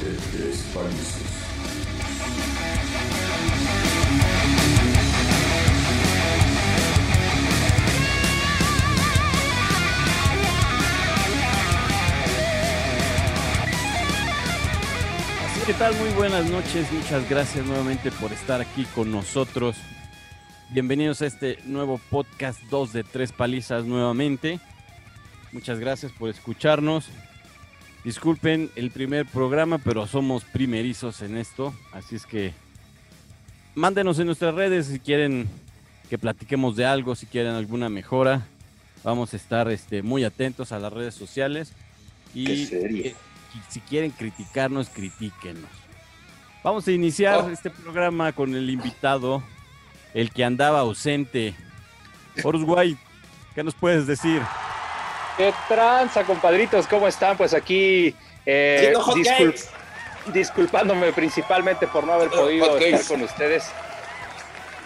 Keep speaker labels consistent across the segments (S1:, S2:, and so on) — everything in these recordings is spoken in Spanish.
S1: de tres países.
S2: ¿Qué tal? Muy buenas noches, muchas gracias nuevamente por estar aquí con nosotros. Bienvenidos a este nuevo podcast 2 de 3 palizas nuevamente. Muchas gracias por escucharnos. Disculpen el primer programa, pero somos primerizos en esto, así es que mándenos en nuestras redes si quieren que platiquemos de algo, si quieren alguna mejora. Vamos a estar este, muy atentos a las redes sociales. Y
S3: Qué serio.
S2: y si quieren criticarnos, critíquenos. Vamos a iniciar este programa con el invitado, el que andaba ausente. Horus Guay, ¿qué nos puedes decir?
S3: ¿Qué tranza, compadritos? ¿Cómo están? Pues aquí eh,
S4: Haciendo hot
S3: discul-
S4: cakes.
S3: disculpándome principalmente por no haber
S4: Haciendo hot
S3: podido estar
S4: cakes.
S3: con ustedes.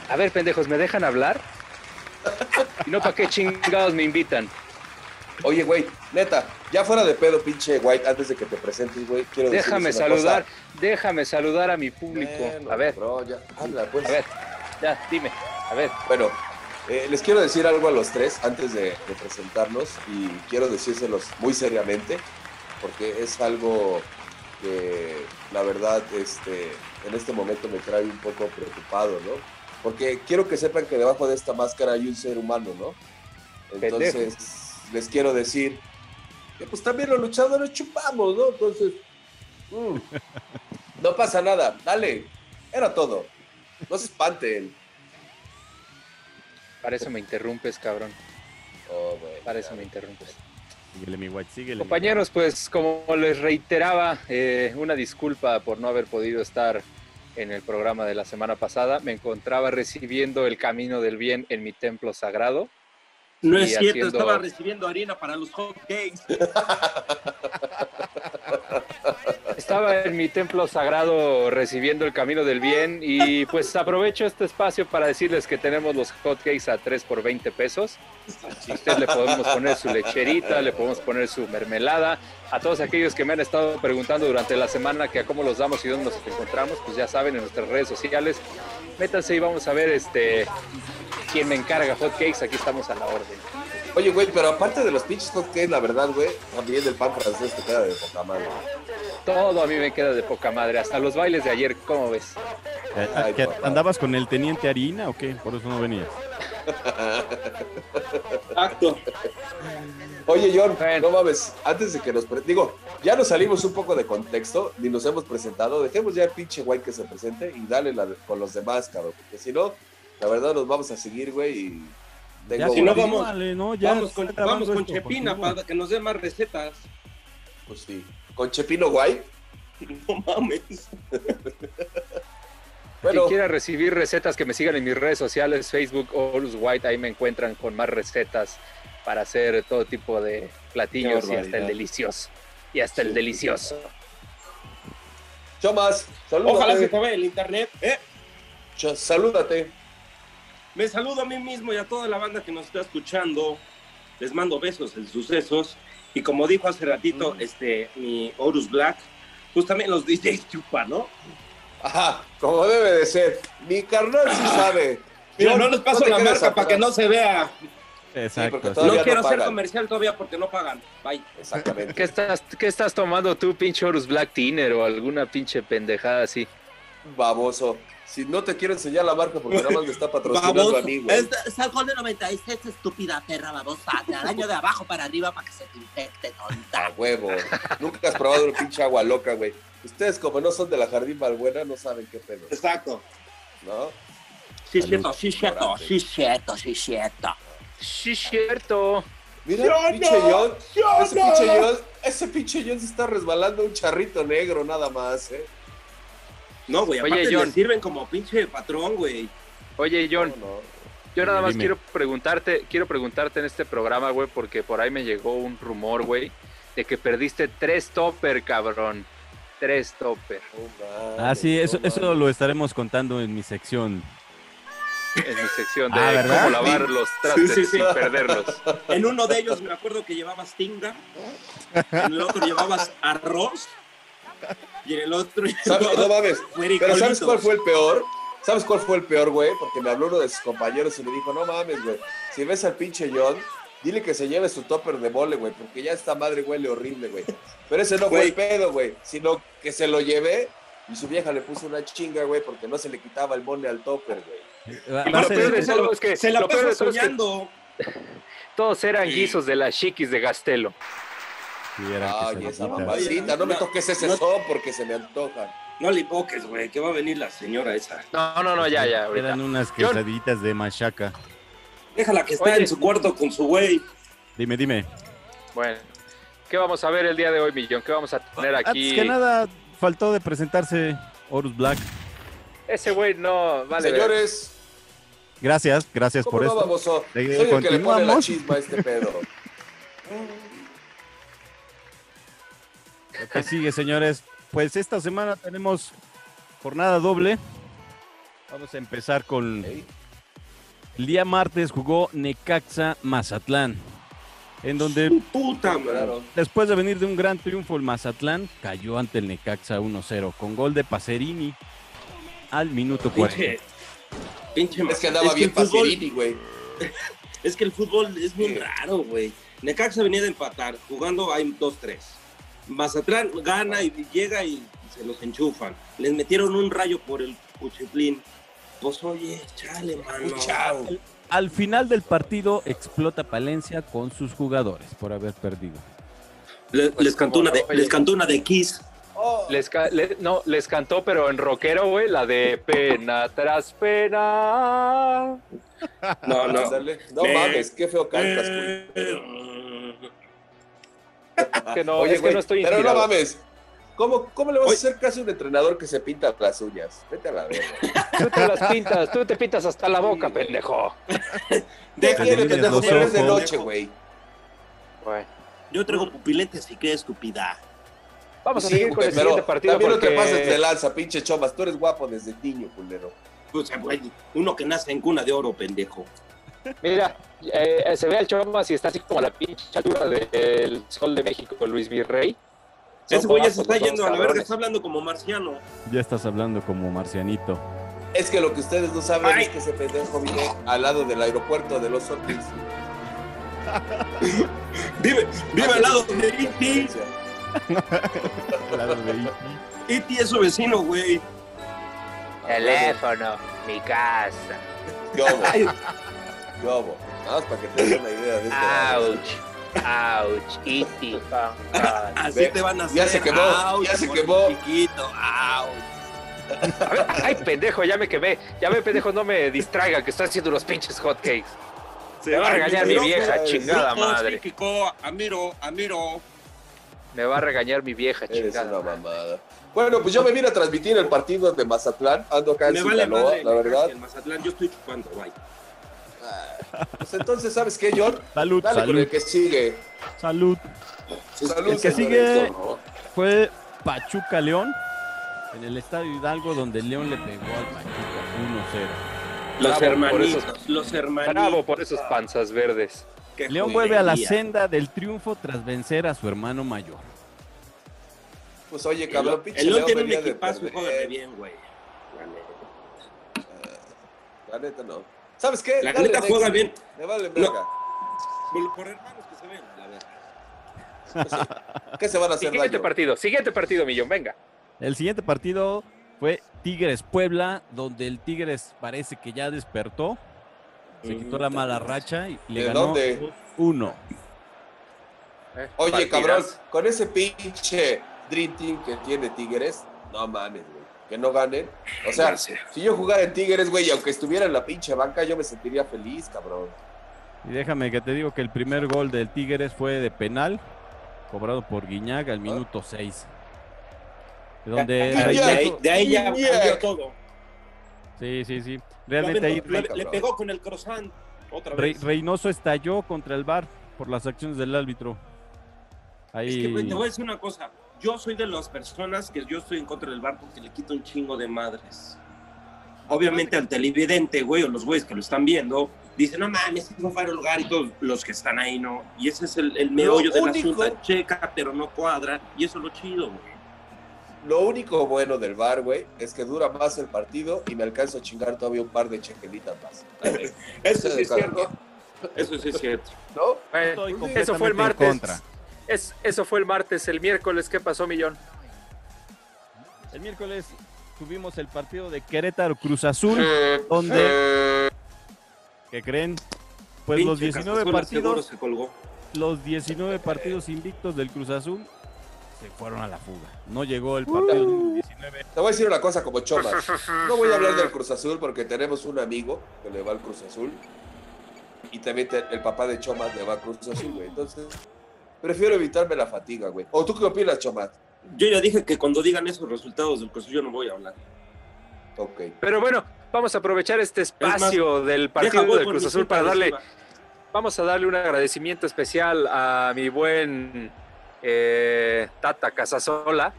S3: A ver, pendejos, ¿me dejan hablar? Y no, ¿para qué chingados me invitan?
S4: Oye, güey, neta, ya fuera de pedo, pinche White, antes de que te presentes, güey, quiero decirles
S3: Déjame
S4: una
S3: saludar,
S4: cosa.
S3: déjame saludar a mi público.
S4: Bueno,
S3: A ver,
S4: Bro, ya, habla, pues.
S3: a ver, ya, dime, a ver.
S4: Bueno, eh, les quiero decir algo a los tres antes de, de presentarnos y quiero decírselos muy seriamente porque es algo que la verdad este, en este momento me trae un poco preocupado, ¿no? Porque quiero que sepan que debajo de esta máscara hay un ser humano, ¿no? Entonces les quiero decir que pues también los luchadores chupamos, ¿no? Entonces, mm, no pasa nada, dale, era todo. No se espanten.
S3: Para eso me interrumpes, cabrón.
S4: Oh, güey,
S3: Para eso
S4: ya.
S3: me interrumpes.
S2: Síguele, mi White, síguele. mi
S3: Compañeros, pues como les reiteraba, eh, una disculpa por no haber podido estar en el programa de la semana pasada. Me encontraba recibiendo el camino del bien en mi templo sagrado.
S5: No
S3: y
S5: es cierto,
S3: haciendo-
S5: estaba recibiendo harina para los hot cakes.
S3: Estaba en mi templo sagrado recibiendo el camino del bien y pues aprovecho este espacio para decirles que tenemos los hotcakes a 3 por 20 pesos. A usted le podemos poner su lecherita, le podemos poner su mermelada. A todos aquellos que me han estado preguntando durante la semana que a cómo los damos y dónde nos encontramos, pues ya saben en nuestras redes sociales. Métanse y vamos a ver este quién me encarga hotcakes. Aquí estamos a la orden.
S4: Oye, güey, pero aparte de los pinches hotcakes, la verdad, güey, también el pan francés te queda de poca madre. güey.
S3: Todo a mí me queda de poca madre, hasta los bailes de ayer, ¿cómo ves?
S2: White. Eh, ¿que
S4: papá.
S2: ¿Andabas con el teniente Harina o qué? Por eso no venías.
S5: Exacto.
S4: Oye, John,
S3: Bueno.
S4: no mames, antes de que nos... pre- Digo, ya nos salimos un poco de contexto, ni nos hemos presentado, dejemos ya al pinche güey que se presente y dale la- con los demás, cabrón, porque si no, la verdad nos vamos a seguir, güey, y... Tengo,
S5: si no
S4: güey,
S5: vamos-
S2: Órale, no, ya
S5: vamos con,
S2: está grabando
S5: vamos con
S2: esto,
S5: Chepina
S2: continúa.
S5: para que nos dé más recetas.
S4: pues sí. ¿Con Chepino Guay?
S5: No mames.
S4: Bueno,
S3: Quien quiera recibir recetas, que me sigan en mis redes sociales, Facebook, Horus White, ahí me encuentran con más recetas para hacer todo tipo de platillos
S4: Qué
S3: y hasta el
S4: barbaridad.
S3: delicioso. Y hasta el delicioso.
S4: Chomas, salúdate.
S5: Ojalá se te vea el internet. ¿eh?
S4: Cho- salúdate.
S5: Me saludo a mí mismo y a toda la banda que nos está escuchando. Les mando besos en sucesos. Y como dijo hace ratito este, mi Horus Black, pues también los DJs chupa, ¿no?
S4: Ajá, como debe de ser. Mi carnal sí sabe. John, te quedes atrás.
S5: se vea.
S2: Exacto.
S4: porque
S2: sí.
S4: Todavía
S5: no
S4: no
S5: quiero ser
S4: pagan.
S5: comercial todavía porque no pagan. Bye.
S4: Exactamente.
S3: ¿Qué estás, ¿Qué estás tomando tú, pinche Horus Black Tiner o alguna pinche pendejada así?
S4: Baboso. Si no te quiero enseñar la marca porque nada más me está patrocinando a mí, güey.
S6: Es, es alcohol de 96, estúpida perra babosa. Te daño de abajo para arriba para que se te infecte,
S4: A
S6: tonta.
S4: huevo. Nunca has probado una pinche agua loca, güey. Ustedes, como no son de la Jardín Balbuena, no saben qué pedo,
S5: Exacto.
S4: ¿no?
S5: Sí, cierto, sí, cierto.
S4: Ignorante.
S6: Sí, cierto, sí, cierto.
S3: Sí, cierto.
S4: Mira, pinche John. Ese pinche John. Ese pinche John se está resbalando un charrito negro, nada más, ¿eh?
S5: No, güey,
S3: Oye,
S5: aparte le
S3: John.
S5: sirven como pinche patrón, güey.
S3: Oye, John,
S4: No,
S3: Yo nada más
S2: Dime.
S3: quiero preguntarte, quiero preguntarte en este programa, güey, porque por ahí me llegó un rumor, güey, de que perdiste tres topper, cabrón. Tres topper.
S4: no,
S2: Ah, sí,
S4: Oh, no
S2: eso, eso
S4: mames.
S2: lo estaremos contando en mi sección.
S3: En mi sección de
S2: Ah, ¿verdad?
S3: cómo lavar los trastes
S5: Sí, sí, sí.
S3: sin perderlos.
S5: En uno de ellos me acuerdo que llevabas tinga, en el otro llevabas arroz y en el otro.
S4: ¿Sabes? No mames.
S5: Pero
S4: Pero ¿sabes cuál fue el peor? ¿Sabes cuál fue el peor, güey? Porque me habló uno de sus compañeros y me dijo, no mames, güey, si ves al pinche John, dile que se lleve su topper de mole, güey, porque ya esta madre huele horrible, güey. Pero ese no fue el pedo, güey, sino que se lo llevé y su vieja le puso una chinga, güey, porque no se le quitaba el mole al topper, güey.
S2: Va-
S5: Y
S2: va a
S5: lo
S2: ser-
S5: peor es
S7: ser-
S5: algo
S7: es que-
S5: se la
S7: lo peor
S5: pasa
S7: de todo es que-
S5: soñando.
S7: Todos eran guisos de las chiquis de Gastelo.
S2: Sí, era que se
S4: Ay,
S2: lo
S4: esa
S2: quita.
S4: mamacita, no me
S5: No,
S4: toques ese
S5: no-
S4: son porque se me antoja.
S5: No le invoques, güey, que va a venir la señora esa.
S7: No, no, no, ya, ya.
S2: Eran
S7: Ahorita.
S2: unas quesadillitas de machaca.
S5: Déjala que está
S7: Oye.
S5: en su cuarto con su güey.
S2: Dime, dime.
S7: Bueno, ¿qué vamos a ver el día de hoy, Millón? ¿Qué vamos a tener
S2: Antes
S7: aquí?
S2: que nada, faltó de presentarse Horus Black.
S7: Ese güey no vale. ver.
S4: Señores,
S2: Gracias, gracias
S4: ¿cómo
S2: por
S4: no
S2: esto.
S4: baboso? Soy
S2: Eh,
S4: el que le pone la
S2: continuamos.
S4: chisma a este pedo.
S2: Lo que sigue, señores. Pues esta semana tenemos jornada doble. Vamos a empezar con
S4: Ey.
S2: el día martes jugó Necaxa Mazatlán, en donde
S5: Puta, madre.
S4: Claro.
S2: Después de venir de un gran triunfo, el Mazatlán cayó ante el Necaxa 1-0 con gol de Pacerini al minuto 40.
S5: Pinche. Pinche
S4: Es que
S5: Mazatlán.
S4: andaba bien
S5: el fútbol-
S4: Pacerini, güey.
S5: Es que el fútbol es bien raro, güey. Necaxa venía de empatar, jugando hay 2-3. Mazatlán gana y llega y se los enchufan. Les metieron un rayo por el cuchiplín. Pues oye, chale, mano.
S4: Chao.
S2: Al final del partido explota Palencia con sus jugadores por haber perdido.
S5: Le- les, cantó una de,
S7: Oye.
S5: les cantó una de Kiss.
S7: Les ca- le- no, les cantó, pero en rockero, güey, la de pena tras pena.
S5: No, no.
S4: Ándale. No
S5: Me-
S4: mames, qué feo cantas, güey.
S5: Eh,
S7: Que no,
S4: Oye,
S7: es que
S4: güey,
S7: no estoy
S4: Pero no
S7: inspirado.
S4: mames. ¿Cómo, ¿Cómo le vas
S5: Oye.
S4: a hacer caso a un entrenador que se pinta las uñas? Vete a la verga.
S7: Tú te las pintas, tú te pintas hasta la boca, pendejo.
S4: Deja
S5: Déjale,
S4: de
S2: líneas,
S4: pendejo,
S2: los
S4: pero es de
S2: ojos.
S4: noche, güey.
S7: Bueno,
S5: Yo traigo pupiletes y qué estupida.
S7: vamos a
S4: Sí,
S7: seguir con
S4: güey,
S7: el siguiente partido
S4: también no
S7: porque
S4: te pases de lanza, pinche chomas. Tú eres guapo desde niño, culero.
S5: Pues, güey, uno que nace en cuna de oro, pendejo.
S7: mira, eh, eh, se ve al Chomas y está así como a la pinche altura del sol de México, Luis Virrey. Son
S5: Ese güey ya se
S7: guapos,
S5: está
S7: son
S5: yendo a la verga,
S7: cabrones.
S5: está hablando como marciano.
S2: Ya estás hablando como marcianito.
S4: Es que lo que ustedes no saben
S5: Ay.
S4: es que ese pendejo vive al lado del aeropuerto de los Ortiz.
S5: Vive, vive al lado de E E.T. E.T. E es su vecino, güey.
S8: Teléfono, mi casa.
S4: Yobo. Yobo. Nada más para que te des una idea de este.
S8: Ouch. Ouch. Iti.
S5: Así
S4: Ve,
S5: te van a hacer.
S4: ya se quemó,
S5: Au,
S4: ya se
S5: amor
S4: quemó.
S5: Chiquito, au.
S7: A ver, ay, pendejo, ya me quemé. Ya me pendejo, no me distraiga que estoy haciendo los pinches hotcakes.
S5: Se
S7: va a regañar mi
S5: Miro,
S7: vieja,
S5: güey.
S7: chingada
S5: Miro,
S7: madre.
S5: sí, Kiko, Amiro, Amiro.
S7: Me va a regañar mi vieja,
S4: Eres una
S7: chingada.
S4: mamada. Bueno, pues yo me vine a transmitir el partido de Mazatlán. Ando acá en
S5: Me vale
S4: Sinaloa,
S5: madre.
S4: la verdad.
S5: En Mazatlán yo estoy chupando, güey.
S4: Pues entonces, ¿sabes qué, John?
S2: Salud,
S4: Dale con
S2: salud,
S4: el que sigue.
S2: salud.
S4: Salud,
S2: El que
S4: señor
S2: sigue-
S4: Héctor.
S2: Fue Pachuca León en el Estadio Hidalgo donde León le pegó al Pachuca 1-0.
S5: Los
S7: por
S5: hermanitos,
S7: esos-
S5: los hermanitos.
S7: Bravo por esos panzas verdes.
S5: Qué
S2: León vuelve a la
S5: jodería.
S2: senda del triunfo tras vencer a su hermano mayor.
S4: Pues oye, cabrón,
S5: El-
S4: pinche
S5: El León
S4: León
S5: tiene un
S4: venía de
S5: equipazo y
S4: perder.
S5: juega re bien, güey. La neta.
S4: La neta no. ¿Sabes qué?
S5: La
S4: Dale,
S5: neta
S4: Next.
S5: juega bien.
S4: Me vale verga.
S5: Por, por hermanos que se ven, la verdad.
S4: Pues, ¿Qué se van a hacer
S7: Siguiente
S4: daño?
S7: partido, siguiente partido, Millón, venga.
S2: El siguiente partido fue Tigres Puebla, donde el Tigres parece que ya despertó. Se quitó la mala racha y le
S4: Mm, ¿De
S2: ganó
S4: dónde?
S2: uno.
S7: Eh,
S4: Oye,
S7: partidas.
S4: cabrón, con ese pinche Dream Team que tiene Tigres, no mames, güey. Que no ganen. O sea, si yo jugara en Tigres, güey, y aunque estuviera en la pinche banca, yo me sentiría feliz, cabrón.
S2: Y déjame que te digo que el primer gol del Tigres fue de penal, cobrado por Guiñaga al minuto 6. Donde
S5: De ahí- de ahí- de ahí ya
S4: Guiñac.
S5: cambió todo.
S2: sí, sí, sí. Realmente ahí
S5: le, le
S4: cabrón.
S5: pegó con el croissant otra
S2: Re-
S5: vez.
S2: Reynoso estalló contra el VAR por las acciones del árbitro. Ahí
S5: Es que, güey, te voy a decir una cosa. Yo soy de las personas que yo estoy en contra del bar porque le quita un chingo de madres. Obviamente al televidente, güey, o los güeyes que lo están viendo, dicen, no mames, no fue el lugar y todos los que están ahí, ¿no? Y ese es el, el meollo
S4: Lo
S5: del
S4: único-
S5: asunto. Checa, pero no cuadra. Y eso es lo chido, güey.
S4: Lo único bueno del bar, güey, es que dura más el partido y me alcanzo a chingar todavía un par de chequelitas más.
S5: Eso sí es cierto. Eso sí es cierto.
S4: ¿No?
S3: Bueno,
S2: Estoy
S3: eso fue
S2: completamente en
S3: el martes.
S2: contra.
S3: Es, eso fue el martes. El miércoles, ¿qué pasó, Millón?
S2: El miércoles tuvimos el partido de Querétaro Cruz Azul, donde, ¿qué creen? Pues los
S5: Pinche Cruz
S2: 19
S5: Azul seguro
S2: partidos,
S5: se colgó.
S2: los 19 partidos invictos del Cruz Azul se fueron a la fuga. No llegó
S5: Uh.
S2: el partido número 19.
S4: Te voy a decir una cosa como chomas. No voy a hablar del Cruz Azul porque tenemos un amigo que le va al Cruz Azul y también te- el papá de Chomas le va al Cruz Azul, güey. Entonces, prefiero evitarme la fatiga, güey. ¿O tú qué opinas, Chomas?
S5: Yo ya dije que cuando digan esos resultados del curso yo no voy a hablar.
S4: Ok.
S3: Pero bueno, vamos a aprovechar este
S5: más,
S3: espacio del partido
S5: Deja, voy
S3: del
S5: por
S3: Cruz
S5: mi
S3: Azul
S5: cinta
S3: para
S5: de
S3: darle,
S5: Silva.
S3: vamos a darle un agradecimiento especial a mi buen eh, Tata Casasola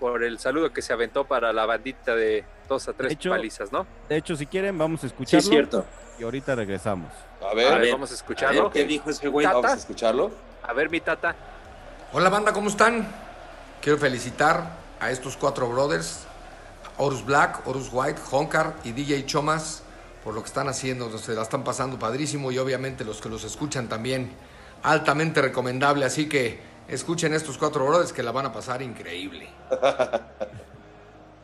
S3: por el saludo que se aventó para la bandita de dos a tres
S2: hecho,
S3: palizas, ¿no?
S2: De hecho, si quieren, vamos a
S5: Sí,
S2: escucharlo
S5: es cierto.
S2: y ahorita regresamos.
S4: A
S3: A
S4: ver,
S3: ver,
S5: ver,
S3: vamos a
S5: A ver
S3: escucharlo.
S5: ¿Qué dijo ese güey?
S3: Tata.
S4: vamos a escucharlo.
S3: A ver, mi Tata.
S9: Hola banda, ¿cómo están? Quiero felicitar a estos cuatro brothers, Horus Black, Horus White, Honcar y DJ Chomas, por lo que están haciendo, se la están pasando padrísimo y obviamente los que los escuchan también, altamente recomendable, así que escuchen a estos cuatro brothers que la van a pasar increíble.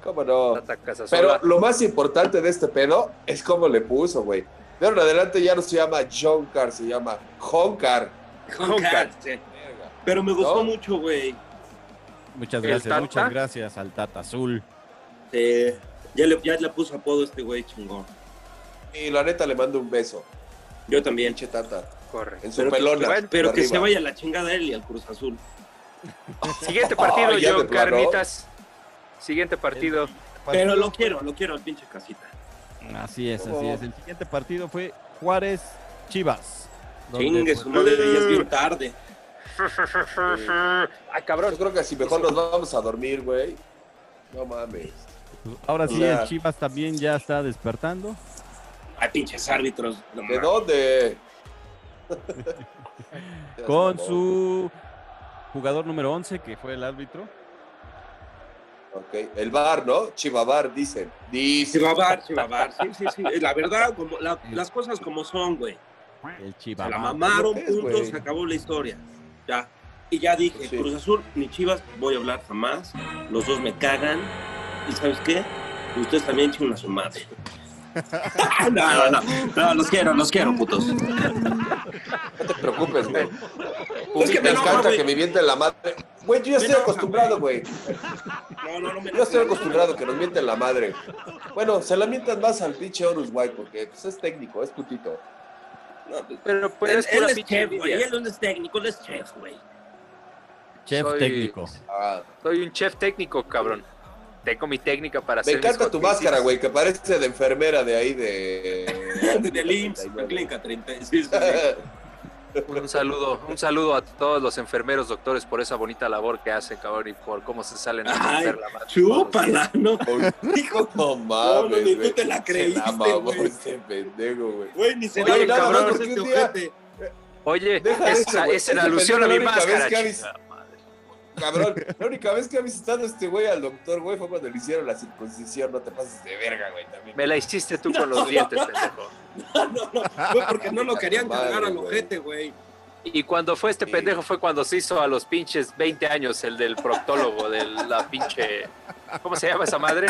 S4: ¿Cómo no?
S3: Tata
S4: Pero
S3: Casasola.
S4: lo más importante de este pedo es cómo le puso, güey. De ahora en adelante ya no se llama John Car, se llama Honcar.
S5: Honka. Pero me gustó
S4: ¿No?
S5: mucho, güey.
S2: Muchas
S3: ¿El
S2: gracias,
S3: Tata?
S2: muchas gracias al Tata Azul.
S5: Eh, ya, le, ya le puso apodo a este güey chingón.
S4: Y la neta le mando un beso.
S5: Yo también.
S4: Pinche tata.
S3: Corre.
S4: En su
S5: Pero, que-
S4: pelona.
S5: bueno, pero que
S4: arriba.
S5: se vaya a la chingada él y al Cruz Azul.
S3: Siguiente partido,
S4: ya de
S3: John
S4: plano.
S3: Carnitas. Siguiente partido.
S5: Pero lo quiero, Oh. lo quiero al pinche casita.
S2: Así es, así
S4: ¿Cómo?
S2: es. El siguiente partido fue Juárez Chivas. donde,
S5: Chingue
S2: pues,
S5: su madre, ya es bien tarde.
S3: Ay, cabrón.
S4: Yo creo que si mejor nos vamos a dormir, güey. No mames.
S2: pues, ahora sí,
S4: Hola.
S2: el Chivas también ya está despertando.
S5: Ay, pinches árbitros.
S4: ¿De
S5: no mames.
S4: dónde?
S2: Con su jugador número 11, que fue el árbitro.
S4: Ok, El bar, ¿no? Chivabar, dicen. Dicen.
S5: Chivabar, Chivabar. Sí, sí, sí. Es La verdad, como, la- las cosas como son, güey.
S2: El
S5: Se la
S2: Chivas.
S5: mamaron,
S4: ¿Qué pues, es,
S5: punto,
S4: güey?
S5: se acabó la historia. Ya. Y ya dije,
S4: Sí.
S5: Cruz Azul ni Chivas voy a hablar jamás. Los dos me cagan. ¿Y sabes qué? Ustedes también chingan a su madre. no, no, no, no, los quiero, los quiero, putos.
S4: No te preocupes, güey.
S5: Es que
S4: Publicas
S5: me enoja,
S4: caca
S5: güey.
S4: que me mienten la madre. Güey, yo ya
S5: Me
S4: estoy
S5: enoja,
S4: acostumbrado, güey.
S5: No, no, no me
S4: Yo estoy acostumbrado a que nos mienten la madre. Bueno, se la mientan más al pinche Horus White porque pues, es técnico, es putito.
S5: No, pues,
S3: Pero pues
S5: él,
S3: es
S5: él
S3: pura
S5: es
S3: pinche
S5: chef, güey.
S3: envidia.
S5: Él no es técnico, él es chef, güey.
S2: Chef
S3: Soy-
S2: técnico.
S4: Ah,
S3: Soy un chef técnico, cabrón. Tengo mi técnica para
S4: me
S3: hacer mis
S4: encanta tu
S3: hotcakes.
S4: máscara, güey, que parece de enfermera de ahí de.
S5: Del IMSS, Clínica 36. güey.
S3: Un saludo, un saludo a todos los enfermeros, doctores, por esa bonita labor que hacen, cabrón, y por cómo se salen a
S5: Ay,
S3: romper la madre
S5: Chúpala, no.
S4: Hijo, no
S5: No, no, ni
S4: mames,
S5: tú
S4: güey.
S5: te la creíste,
S4: Se la mamó
S5: güey.
S4: este pendejo, güey.
S5: Güey, ni se
S3: Oye,
S5: le
S3: cabrón,
S5: cabrón
S4: porque
S5: este
S4: un día-
S5: ojete.
S3: todos. Oye,
S4: Deja
S3: es,
S4: eso, güey.
S3: es en
S4: Ese
S3: alusión a mi
S4: pendejo la única
S3: máscara.
S4: vez que ha vis-
S3: chingada madre.
S4: Cabrón, la única vez que ha visitado este güey al doctor, güey, fue cuando le hicieron la circuncisión. No te pases de verga, güey, también.
S3: Me la hiciste tú con los dientes, pendejo.
S5: No, no, fue porque no lo querían
S4: Madre,
S5: cargar al
S4: güey.
S5: ojete, güey.
S3: Y cuando fue este
S4: Sí.
S3: pendejo fue cuando se hizo a los pinches 20 años el del proctólogo, de la pinche... ¿Cómo se llama esa madre?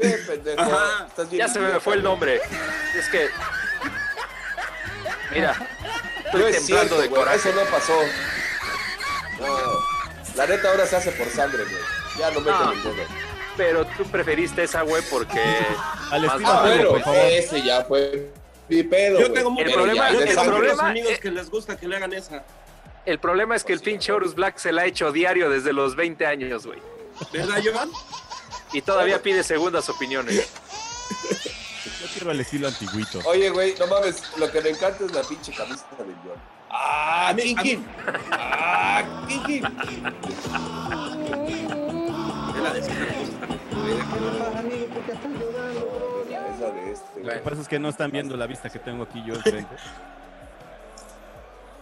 S4: Qué Eh, pendejo.
S5: Ajá,
S4: Estás bien
S3: Ya se me
S4: idiota,
S3: fue el
S4: güey.
S3: nombre. Es que... Mira,
S4: No
S3: estoy
S4: es cierto,
S3: temblando de
S4: güey,
S3: coraje.
S4: Eso no pasó. No. La neta ahora se hace por sangre, güey. Ya no meten
S2: Ah.
S3: No.
S4: ninguno.
S3: Pero tú preferiste esa, güey, porque...
S2: Al
S3: Más
S2: estilo
S4: Ah,
S2: Pablo,
S4: bueno,
S2: por favor.
S5: eh.
S4: ese ya fue mi pedo.
S5: Yo
S4: güey.
S5: tengo mucho
S4: Pero
S3: problema-
S4: ya,
S5: yo
S4: de
S5: tengo
S4: sangre.
S3: problema-
S5: muchos amigos que les gusta que le hagan esa.
S3: El problema es que el
S4: Pues sí,
S3: pinche
S4: ¿no?
S3: Horus Black se la ha hecho diario desde los 20 años, güey.
S5: ¿Verdad, Joan?
S3: Y todavía pide segundas opiniones.
S2: Yo quiero el estilo antiguito.
S4: Oye, güey, no mames, lo que me encanta es la pinche camisa del John. ¡Ah, Kinkin! ¡Ah, Kinkin!
S5: Es la de esa.
S4: Esa de este,
S2: Lo que
S4: güey.
S2: pasa es que no están viendo la vista que tengo aquí yo enfrente.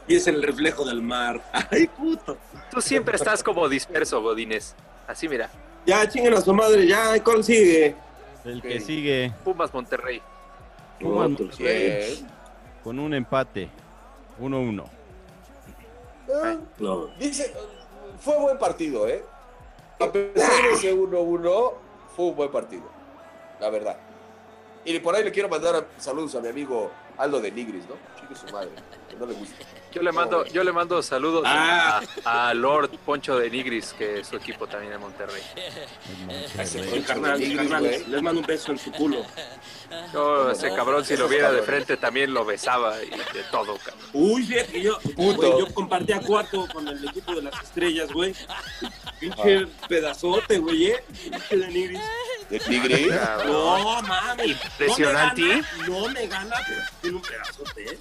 S5: Y es el reflejo del mar. Ay, puto.
S3: Tú siempre estás como disperso, Godínez. Así mira.
S5: Ya, chinguen a su madre, ya, ¿cuál sigue?
S2: El
S4: Ok.
S2: que sigue
S3: Pumas Monterrey.
S2: Pumas
S5: Otro,
S2: Monterrey. con un empate. 1-1.
S4: Ah,
S5: No.
S4: Dice, fue buen partido, ¿eh? A pesar de ese 1-1, fue un buen partido. La verdad. Y por ahí le quiero mandar a- saludos a mi amigo Aldo de Nigris, ¿no? Chique su madre. que no le gusta.
S3: Yo le mando, yo le mando saludos
S5: Ah.
S3: a, a Lord Poncho de Nigris, que es su equipo también de Monterrey.
S5: Oye, carnal, carnal, les mando un beso en su culo.
S3: Yo a ese cabrón, si lo viera de frente, también lo besaba y de todo, cabrón.
S5: Uy, ve que yo,
S4: Puto.
S5: güey, yo compartía cuarto con el equipo de las estrellas, güey. Pinche
S3: Ah.
S5: pedazote, güey, ¿eh? Pinche de Nigris.
S4: ¿De Nigris?
S3: Cabrón.
S5: No, mames.
S3: Impresionante.
S5: No me gana, no me gana, pero tiene un pedazote, ¿eh?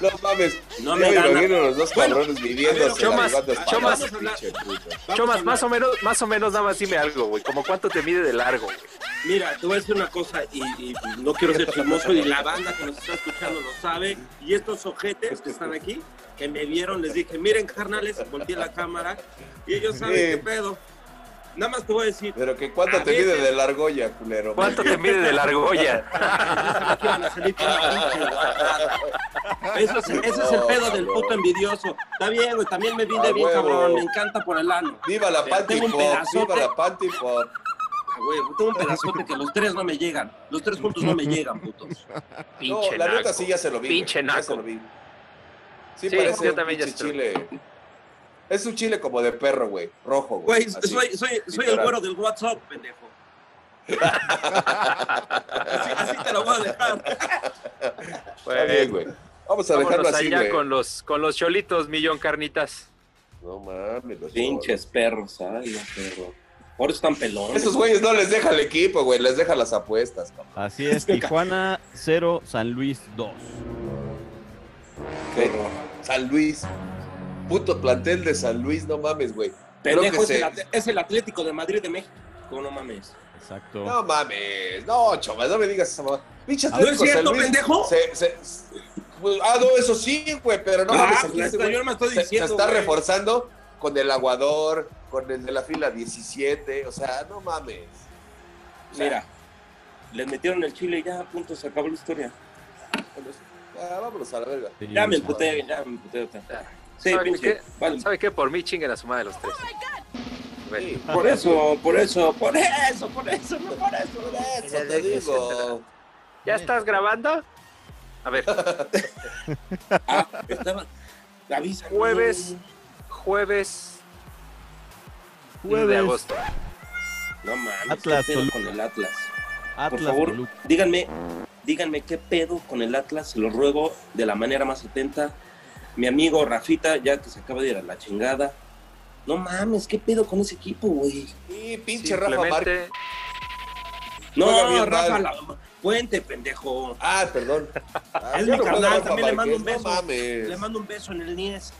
S4: no mames.
S5: No
S4: No
S5: me
S4: me
S5: gana.
S4: imagino los dos
S5: Bueno,
S4: cabrones
S5: a ver,
S4: midiéndose. las
S3: Chomas,
S4: bandas
S3: Chomas.
S4: para abajo, pinche puto.
S5: Vamos a
S3: Chomas, más
S5: hablar.
S3: o menos, más o menos, nada más dime algo, güey. Como cuánto te mide de largo, güey.
S5: Mira, te voy a decir una cosa y, y no quiero ser chismoso y la banda que nos está escuchando lo sabe. Y estos ojetes que están aquí, que me vieron, les dije, miren carnales, volteé la cámara y ellos saben
S4: Sí.
S5: qué pedo. Nada más te voy a decir,
S4: Pero que cuánto
S5: A
S4: te
S5: veces-
S4: mide de la argolla, culero.
S3: ¿Cuánto te mide de la argolla?
S5: aquí van a salir con la pinche guardada. Eso es, ese es el pedo del puto envidioso. Está bien, güey, también me vinde
S4: A
S5: bien,
S4: huevo.
S5: cabrón, me encanta por el ano.
S4: Viva la
S5: Te
S4: Panty
S5: tengo un
S4: Pop,
S5: pedazote.
S4: viva la Panty Pop.
S5: Ah, Güey, tengo un pedazote que los tres no me llegan. Los tres puntos no me llegan, putos.
S4: No,
S3: Pinche
S4: la neta
S3: naco.
S4: sí ya se lo vi.
S3: Pinche
S4: güey, ya se
S3: naco.
S4: lo vi. Sí,
S3: Sí,
S4: parece
S3: yo
S4: un
S3: también ya
S4: pinche
S3: se lo
S4: chile. Es un chile como de perro, güey. Rojo, güey.
S5: Güey,
S4: así.
S5: soy, soy, soy el
S4: literal.
S5: güero del WhatsApp, pendejo. así, así te lo voy a dejar.
S4: Está bien, güey. Vamos a dejarlo
S3: Vámonos
S4: así,
S3: allá
S4: güey.
S3: con los con los cholitos, millón carnitas.
S4: No mames, los
S5: Pinches perros, ay, los perros. Ahora están pelones.
S4: Esos güeyes no les deja el equipo, güey. Les deja las apuestas, cabrón.
S2: Así es, Tijuana 0, San Luis 2.
S4: Sí. San Luis. Puto plantel de San Luis, no mames, güey. Creo
S5: Pendejo,
S4: que
S5: es, el,
S4: se...
S5: at- es el Atlético de Madrid de México, no mames.
S2: Exacto.
S4: No mames. No, chaval, no me digas esa mamá. Pinche
S5: ¿Ah, ¿No es
S4: Atlético San
S5: cierto,
S4: Luis.
S5: pendejo?
S4: Se, se- se- pues, ah, no, eso sí, güey, pero no
S5: Ah,
S4: mames.
S5: pues,
S4: aquí este
S5: hasta
S4: güey
S5: yo me estoy
S4: se- se
S5: diciendo,
S4: está
S5: güey.
S4: reforzando con el aguador, con el de la fila 17. O sea, no mames. O sea,
S5: Mira, les metieron el chile y ya, punto, se acabó la historia.
S4: vámonos- ah, vámonos a la verga.
S2: Sí,
S5: Ya me
S2: sí.
S5: emputé, ya me emputé. otra. Sí,
S3: ¿Sabe
S5: pinche,
S3: qué?
S5: vale.
S3: ¿Sabe qué? Por mí chinguen a su madre los tres. Bueno,
S4: Sí,
S5: Por eso, por eso, por eso, por eso, no por eso.
S4: por eso te digo.
S3: ¿Ya estás grabando? A ver,
S5: Ah, estaba, avísame.
S3: jueves, jueves, 1 de
S2: Jueves.
S3: agosto.
S5: No mames,
S2: Atlas,
S5: ¿qué pedo
S2: Toluca.
S5: con el Atlas? Por
S2: Atlas
S5: favor,
S2: Toluca.
S5: díganme, díganme qué pedo con el Atlas, se lo ruego de la manera más atenta. Mi amigo Rafita, ya que se acaba de ir a la chingada. No mames, qué pedo con ese equipo, güey.
S4: Y pinche Rafa Márquez.
S3: Simplemente,
S4: Juega
S5: No,
S4: bien
S5: Rafa,
S4: mal.
S5: la, puente, pendejo.
S4: Ah, perdón. Ah,
S5: Es
S4: ya no
S5: mi
S4: juega
S5: carnal,
S4: Rafa
S5: también le mando
S4: Márquez,
S5: un
S4: No
S5: beso.
S4: mames.
S5: Le mando un beso en el Nies.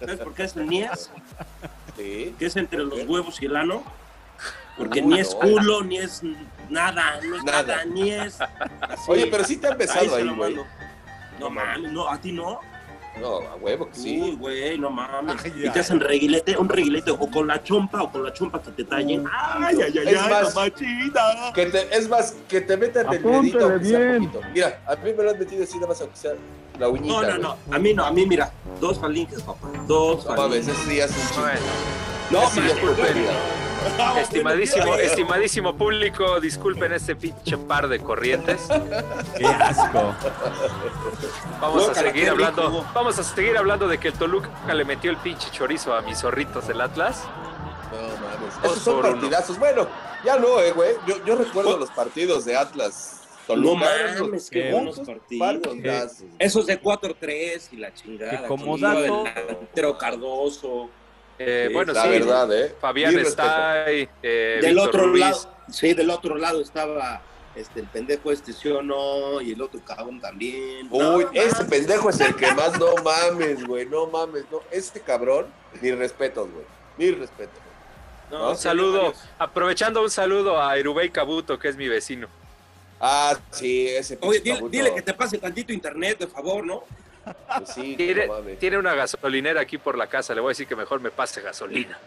S5: ¿Sabes por qué es el Nies?
S4: Sí.
S5: Que es entre los huevos y el ano. Porque
S4: No,
S5: ni es
S4: no.
S5: culo, ni es nada, no es nada,
S4: Nada.
S5: ni es.
S4: Oye, pero sí te han
S5: Ahí
S4: besado
S5: se
S4: ahí,
S5: lo
S4: güey.
S5: mando. No mames, no, a ti no.
S4: No, a huevo que sí.
S5: Uy, güey, no mames.
S9: Ay,
S5: y te
S9: ay.
S5: hacen reguilete, un reguilete o con la chompa o con la chompa que te tallen. Ay, ay, ay,
S4: Mm. Es
S5: ay,
S4: más-
S5: mamachita.
S4: Que te- es más, que te metan el dedito. aunque sea poquito. Mira, a mí me lo han metido así, nada más aunque sea la uñita.
S5: No, no,
S4: güey.
S5: no. A mí no, a mí mira. Dos falinges, papá. Dos
S4: No mames,
S5: falinges.
S4: ese sí hace un chingo.
S3: bueno,
S4: No,
S5: No,
S4: sí,
S5: mames,
S4: es propelia.
S3: estimadísimo, estimadísimo público, disculpen este pinche par de corrientes.
S2: Qué asco.
S3: Vamos a
S5: Guácala, qué
S3: seguir
S5: rico.
S3: hablando, vamos a seguir hablando de que el Toluca le metió el pinche chorizo a mis zorritos del Atlas.
S4: No mames.
S3: Dos
S4: Esos son
S3: por uno.
S4: partidazos. Bueno, ya no, eh, güey. Yo, yo recuerdo los partidos de Atlas.
S5: No
S4: Toluca, esos
S5: mames, qué
S2: Qué
S5: buenos
S4: putos
S5: partidos.
S4: partidazos.
S3: Eh,
S5: Esos de 4-3 y la chingada.
S2: Que como
S5: con Leo
S2: dato-
S5: Delantero Cardoso.
S3: Eh,
S5: Sí,
S3: bueno,
S4: La
S3: sí,
S4: verdad, ¿eh?
S3: Fabián
S4: Mil
S3: está eh,
S5: del
S3: Víctor
S5: otro
S3: Ruiz.
S5: lado, sí, del otro lado estaba este el pendejo este sí o no y el otro cabrón también.
S4: Uy,
S5: No, eh,
S4: ese
S5: mames.
S4: pendejo es el que más no mames, güey. No mames, no. Este cabrón, ni respetos, güey. Ni respetos.
S5: No,
S3: Un saludo, aprovechando un saludo a Irubey Cabuto, que es mi vecino.
S4: Ah, sí, ese pinche
S5: Oye, dile,
S4: cabrón,
S5: dile
S4: no.
S5: que te pase tantito internet, de favor, ¿no?
S4: Pues sí, que
S3: Tiene,
S4: no mames.
S3: tiene una gasolinera aquí por la casa, le voy a decir que mejor me pase gasolina.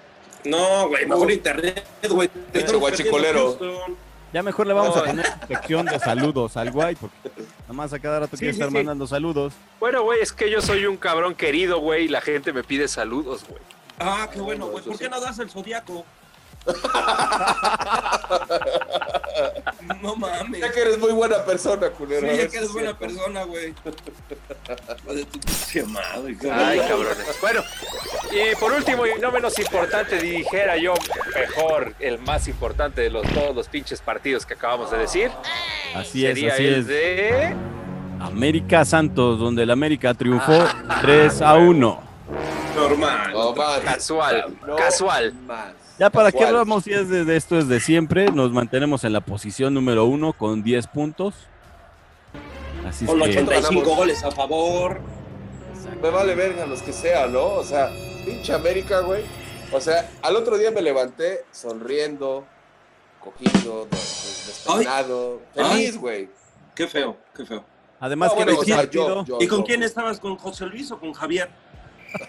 S5: No, güey, mejor internet, güey. Te
S4: Pinche
S5: estamos
S4: Este guachicolero.
S5: perdiendo, Houston.
S2: Ya mejor le vamos
S3: No.
S2: a poner sección de saludos al guay, porque nada más a cada rato quiere
S5: sí,
S2: estar
S5: sí.
S2: mandando saludos.
S3: Bueno, güey, es que yo soy un cabrón querido, güey, y la gente me pide saludos, güey.
S5: Ah, qué bueno, güey.
S4: eso
S5: ¿Por qué
S4: sí.
S5: no das el zodiaco? no mames.
S4: Ya que eres muy buena persona, culero. a
S5: Sí, ya
S4: ver
S5: que
S4: si
S5: eres
S4: es
S5: buena
S4: cierto.
S5: persona, güey. Hijo de tu pinche madre, cabrón.
S3: Ay, cabrones. Bueno, y por último, y no menos importante, dijera yo mejor, el más importante de los, todos los pinches partidos que acabamos de decir,
S2: Así es,
S3: sería
S2: así
S3: el
S2: es.
S3: de...
S2: América Santos, donde el América triunfó
S5: Ah.
S2: 3 a 1.
S5: Normal.
S4: No, más.
S3: Casual,
S4: No
S3: casual.
S4: más.
S2: Ya para qué
S4: Casual.
S2: hablamos si es desde esto es de siempre, nos mantenemos en la posición número uno con 10 puntos. Así es
S5: Con
S2: que
S5: 85 goles a favor.
S4: Me vale verga los que sea, ¿no? O sea, pinche América, güey. O sea, al otro día me levanté sonriendo, cogido, des- despeinado,
S5: Ay.
S4: feliz, güey.
S5: Qué feo, qué feo.
S2: además
S4: No,
S2: que
S4: Ah, bueno,
S2: no
S4: o sea,
S2: partido,
S4: yo- yo-
S5: ¿Y con
S4: yo.
S5: quién estabas? ¿Con José Luis o con Javier?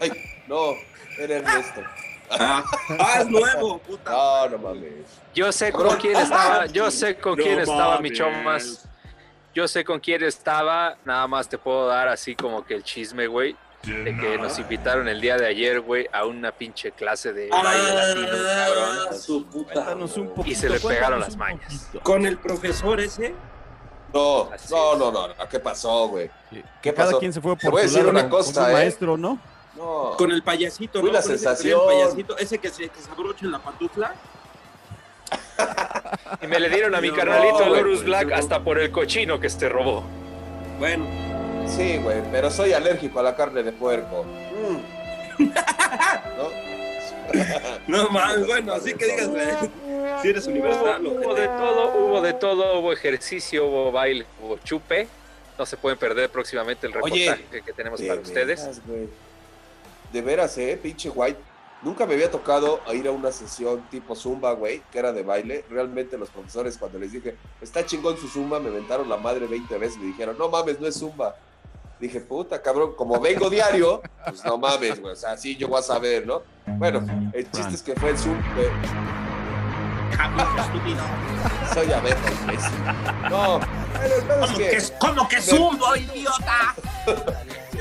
S4: Ay, no, era Ernesto.
S5: Ah, ah, es nuevo, puta.
S4: No, no mames.
S3: Yo sé con quién estaba, yo sé con quién estaba mi chomas. Yo sé con quién estaba, nada más te puedo dar así como que el chisme, güey, de que nos invitaron el día de ayer, güey, a una pinche clase de
S10: Ah,
S3: baile latino, cabrón.
S5: Ah, su puta.
S2: Cuéntanos un poquito,
S3: Y se le
S2: cuéntanos
S3: pegaron
S2: un
S3: las mañas.
S2: poquito.
S5: Con el profesor ese.
S4: No,
S3: Así
S4: no,
S3: es.
S4: no, no, no, ¿qué pasó, güey?
S2: Sí.
S4: ¿Qué
S2: Cada
S4: pasó?
S2: quien se fue
S4: Te
S2: por
S4: voy a
S2: su
S4: decir
S2: lado
S4: una
S2: con
S4: cosa,
S2: su
S4: ¿eh?
S2: maestro, ¿no?
S4: No.
S5: Con el payasito,
S4: Fui
S5: ¿no?
S4: la
S5: Con ese
S4: sensación.
S5: primer payasito, ese que se, que se abrocha en la pantufla.
S3: Y me le dieron a mi
S5: No,
S3: carnalito
S4: güey,
S3: Lorus
S5: pues,
S3: Black
S5: no.
S3: hasta por el cochino que se robó.
S5: Bueno,
S4: Sí, güey, pero soy alérgico a la carne de puerco. Mm. ¿No?
S5: no mames, bueno, así que digas, güey, si eres universal,
S3: Hubo de
S5: ojete.
S3: todo, hubo de todo, hubo ejercicio, hubo baile, hubo chupe. No se pueden perder próximamente el
S4: Oye,
S3: reportaje que tenemos Pues, para
S4: De
S3: ustedes.
S4: veras, güey. De veras, eh, pinche White. Nunca me había tocado a ir a una sesión tipo Zumba, güey, que era de baile. Realmente los profesores cuando les dije, está chingón su Zumba, me inventaron la madre 20 veces. Me dijeron, no mames, no es Zumba. Dije, puta, cabrón, como vengo diario, pues no mames, güey. O sea, sí, yo voy a saber, ¿no? Bueno, el chiste es que fue el Zumba.
S10: Javier, estúpido.
S4: Soy abeja, güey, sí. No, pero el pedo es
S10: ¿Cómo que,
S4: que...
S10: es- cómo que zumbo, idiota?
S4: Sí,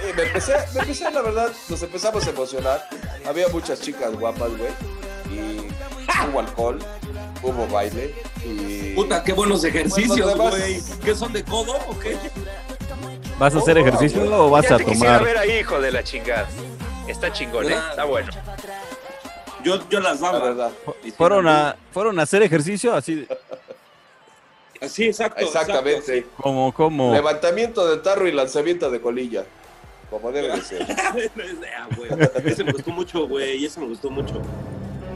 S4: Eh, me empecé, me empecé, la verdad, nos empezamos a emocionar. Había muchas chicas guapas, güey. Y hubo alcohol, hubo baile. Y...
S5: Puta, qué buenos ejercicios,
S4: demás.
S5: güey. ¿Qué son de codo o qué?
S2: ¿Vas a
S4: Oh,
S2: hacer ejercicio o vas
S3: Ya
S2: a
S3: te quisiera
S2: tomar?
S3: ver ahí, hijo de la chingada. Está chingón, ¿eh? Está bueno.
S5: Yo, yo las
S4: La
S5: daba.
S4: verdad.
S2: Fueron a, fueron a hacer ejercicio así
S5: Sí, exacto.
S4: Exactamente.
S2: como como
S4: Levantamiento de tarro y lanzamiento de colilla. Como debe de ser.
S5: exacto. Ah, güey, ese me gustó mucho, güey. Ese me gustó mucho.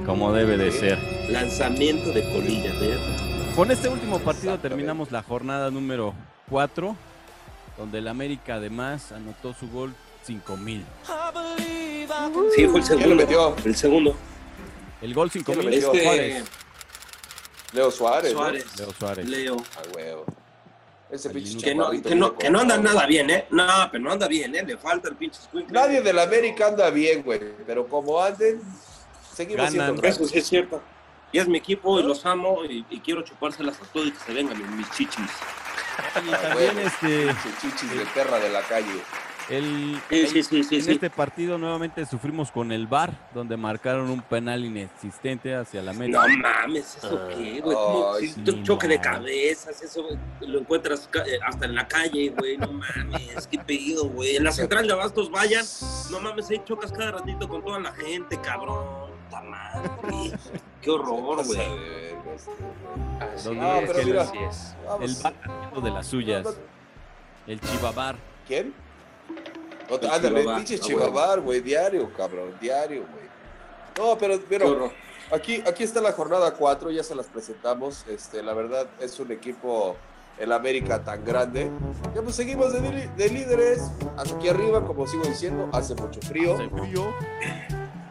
S2: como debe de ser.
S5: Lanzamiento de colilla, ¿eh?
S2: Con este último partido
S4: Exactamente.
S2: terminamos la jornada número 4, donde el América además anotó su gol 5000.
S5: Sí, fue el
S4: ¿Quién lo
S5: segundo.
S4: metió?
S5: El segundo.
S2: El gol
S4: ¿Quién
S2: 5000
S4: lo metió?
S2: Leo
S5: Este,
S2: Suárez.
S4: Leo Suárez. ¿no?
S5: Suárez.
S2: Leo Suárez.
S5: Leo.
S4: Ah, huevo. Ese
S2: Al
S4: pinche
S2: minuto.
S5: Que no,
S4: chaparrito
S5: que, no,
S4: me
S5: que no anda
S4: cortó.
S5: nada bien, ¿eh? No, pero no anda bien, ¿eh? Le falta el pinche squinkle.
S4: Nadie del América anda bien, güey. Pero como anden, seguimos
S2: Ganan.
S4: siendo
S5: Eso sí es cierto. Y es mi equipo y los amo y, y quiero chupárselas a todos y que se vengan mis- mis chichis.
S2: Y también
S4: huevo.
S2: este
S4: Pinche chichis de perra de la calle.
S2: el
S5: Sí, sí, sí, sí.
S2: en
S5: sí.
S2: este partido nuevamente sufrimos con el VAR donde marcaron un penal inexistente hacia el
S5: No
S2: América.
S5: mames, ¿eso qué, güey? ¿Cómo?
S4: "Ah, Ay,
S5: Si
S2: sí,
S5: tú- choque de
S2: man.
S5: cabezas, eso güey, lo encuentras ca- eh, hasta en la calle, güey. No mames, qué pedido, güey. En la central de abastos vayan. No mames, ahí chocas cada ratito con toda la gente, cabrón. Puta madre. Qué horror,
S4: Se
S5: güey.
S4: pasa de verga este, güey.
S3: Así
S2: No,
S3: es,
S4: pero mira.
S3: así es.
S4: Vamos.
S2: El VAR haciendo de las suyas. El Chivabar.
S4: ¿Quién? No,
S5: El
S4: ándale,
S5: Chivabar.
S4: pinche
S5: Ah,
S4: Chivabar, güey, diario, cabrón, diario, güey. No, pero, pero, aquí, aquí está la jornada 4, ya se las presentamos. Este, la verdad, es un equipo, el América, tan grande. Ya pues seguimos de, li- de líderes. Aquí arriba, como sigo diciendo, hace mucho frío.
S2: Se frío.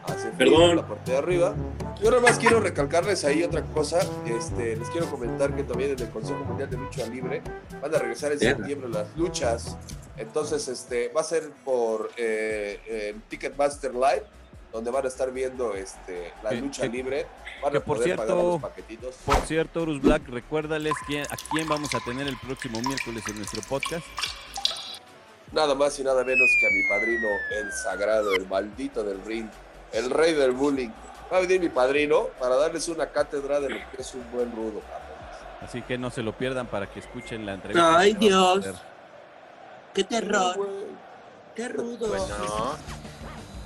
S4: hace frío
S5: Perdón.
S4: en la parte de arriba. Yo nada más quiero recalcarles ahí otra cosa. Este, les quiero comentar que también en el Consejo Mundial de Lucha Libre van a regresar en
S5: Bien.
S4: septiembre las luchas. Entonces, este, va a ser por eh, eh, Ticketmaster Live. donde van a estar viendo este, la
S2: Que-
S4: lucha
S2: que-
S4: libre. Van
S2: que
S4: a
S2: por
S4: poder pagar
S2: cierto-
S4: los paquetitos.
S2: Por cierto, Horus Black, recuérdales quién- a quién vamos a tener el próximo miércoles en nuestro podcast.
S4: Nada más y nada menos que a mi padrino, el sagrado, el maldito del ring, el rey del bullying. Va a venir mi padrino para darles una cátedra de lo que es un buen rudo, cabrón.
S2: Así que no se lo pierdan para que escuchen la entrevista.
S10: Ay,
S2: que vamos a
S10: Dios.
S2: hacer.
S10: ¡Qué terror!
S4: Güey.
S10: ¡Qué rudo!
S4: pues,
S3: Bueno.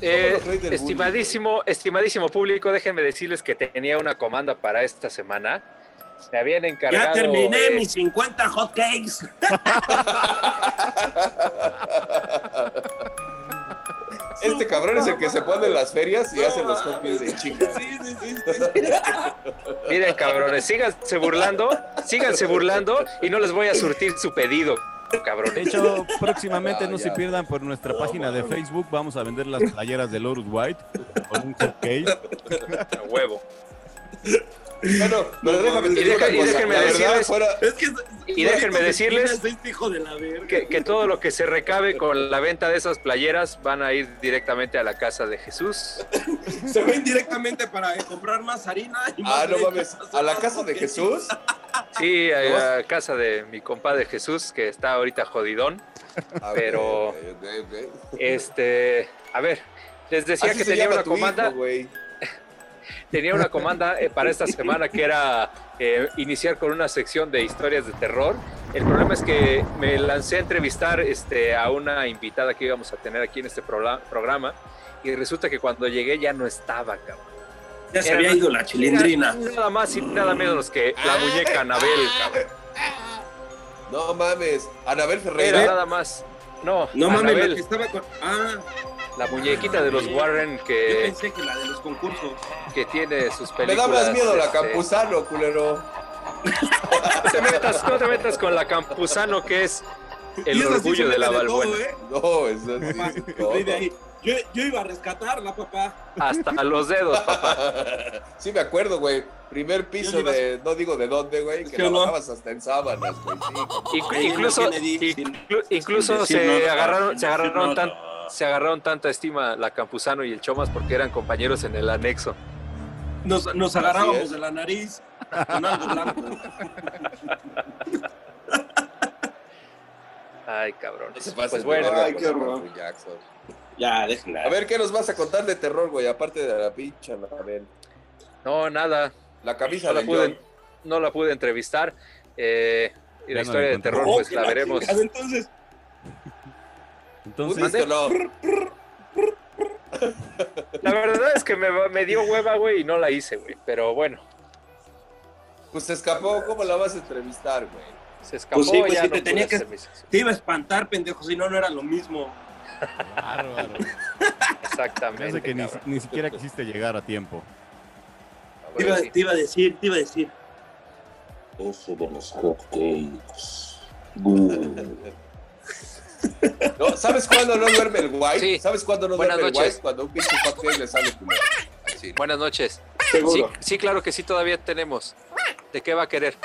S3: Eh,
S4: Somos los reyes del
S3: estimadísimo, estimadísimo público, déjenme decirles que tenía una comanda para esta semana. Me habían encargado.
S5: Ya terminé
S3: eh,
S5: mis 50 hotcakes.
S4: Este cabrón es el que se pone en las ferias y hace los copies de chicas.
S3: Miren, cabrones, síganse burlando, síganse burlando y no les voy a surtir su pedido,
S2: De
S3: cabrones.
S2: hecho, próximamente no
S4: Ya,
S2: se
S4: ya.
S2: pierdan por nuestra página de Facebook. Vamos a vender las playeras del Horus White con un cupcake.
S3: A huevo.
S4: Bueno, pero déjame
S3: Y
S4: decir
S3: deja-
S4: una
S3: y
S4: cosa.
S3: déjenme
S4: La
S3: decirles-
S4: verdad, fuera,
S5: Es que
S3: Y déjenme decirles
S5: este hijo de la verga.
S3: que, que todo lo que se recabe con la venta de esas playeras van a ir directamente a la casa de Jesús.
S5: Se ven directamente para eh, comprar más harina. y más
S4: Ah, no
S5: leche.
S4: mames. A la casa de Jesús.
S3: Sí, a la casa de mi compadre Jesús, que está ahorita jodidón.
S4: Ah,
S3: Pero-
S4: ok, ok, ok.
S3: Este, a ver, les decía
S4: Así
S3: que
S4: se
S3: tenía
S4: llama
S3: una
S4: tu hijo,
S3: comanda,
S4: güey.
S3: tenía una comanda eh, para esta semana que era eh, iniciar con una sección de historias de terror. El problema es que me lancé a entrevistar este, a una invitada que íbamos a tener aquí en este prola- programa y resulta que cuando llegué ya no estaba, cabrón.
S5: Ya se había ido la
S3: Era
S5: chilindrina.
S3: nada más y nada menos que la muñeca Anabel, cabrón.
S4: No mames. Anabel
S3: Era
S4: Ferreira.
S3: nada más. No,
S5: Ah, ¿eh? No mames, la
S3: Anabel,
S5: que estaba con. Ah,
S3: la muñequita de los Warren
S5: yo
S3: que,
S5: pensé que la de los concursos.
S3: que tiene sus
S4: Me
S3: películas.
S4: da más miedo la
S3: este,
S4: Campuzano, culero.
S3: No te metas, no te metas con la Campuzano, que es
S5: Y
S3: el
S5: esa sí
S3: orgullo
S5: se
S3: de la
S5: mete todo,
S3: Balbuena.
S5: ¿eh?
S4: No, eso sí.
S5: Papá,
S4: no,
S5: de
S4: no.
S5: ahí. Yo, yo iba a rescatarla, papá.
S3: Hasta los dedos, papá.
S4: Sí, me acuerdo, güey. Primer piso
S5: Yo le
S4: de, no digo de dónde, güey, que
S5: Sí,
S4: la
S5: no.
S4: bajabas hasta en sábanas, güey. sí.
S3: Inc-
S5: Oye,
S3: incluso
S5: no tiene di- sin-
S3: inclu- incluso
S5: sin decir
S3: se
S5: no,
S3: agarraron,
S5: sin
S3: se
S5: decir
S3: agarraron
S5: no,
S3: tan-
S5: no.
S3: se agarraron tanta estima la Campuzano y el Chomas porque eran compañeros en el anexo.
S5: Nos, nos
S4: Así
S5: agarrábamos
S4: es.
S5: de la nariz con algo blanco.
S3: Ay, cabrón.
S4: No se pasen
S3: Pues
S4: de
S3: bueno,
S4: verga
S5: ay,
S4: con
S5: qué horror.
S4: Andrew Jackson.
S5: Ya, déjenla.
S4: A ver, ¿qué nos vas a contar de terror, güey? Aparte de la pincha, Anabel.
S3: no, nada.
S4: La camisa
S3: No la
S4: de
S3: pude,
S4: John.
S3: no la pude entrevistar. eh,
S2: Ya
S3: y la
S2: no
S3: historia
S2: la
S3: de terror,
S2: encontramos.
S5: oh,
S3: pues la veremos.
S5: Entonces,
S2: Entonces,
S4: ¿Pudiste o no?
S3: La verdad es que me, me dio hueva, güey, y no la hice, güey. Pero bueno,
S4: Pues se escapó. ¿Cómo la vas a entrevistar, güey?
S3: se escapó.
S5: Pues sí, pues
S3: ya
S5: sí,
S3: no
S5: te tenía
S3: pude
S5: que-
S3: hacer mis-
S5: te iba a espantar, pendejo, si no, no era lo mismo.
S2: bárbaro.
S3: Exactamente.
S2: Parece que ni,
S3: cabrón.
S2: ni siquiera quisiste llegar a tiempo.
S3: Pues
S5: Te iba, te iba a decir, te iba a decir.
S1: Eso de los hotcakes. Buh.
S4: No, ¿Sabes cuándo no duerme el guay?
S3: Sí.
S4: ¿Sabes cuándo no
S3: Buenas
S4: duerme el
S3: noches.
S4: guay? Cuando un pinche cupcake le sale culero. Así.
S3: Buenas noches. Sí,
S5: Seguro.
S3: sí, claro que sí, todavía tenemos. ¿De qué va a querer?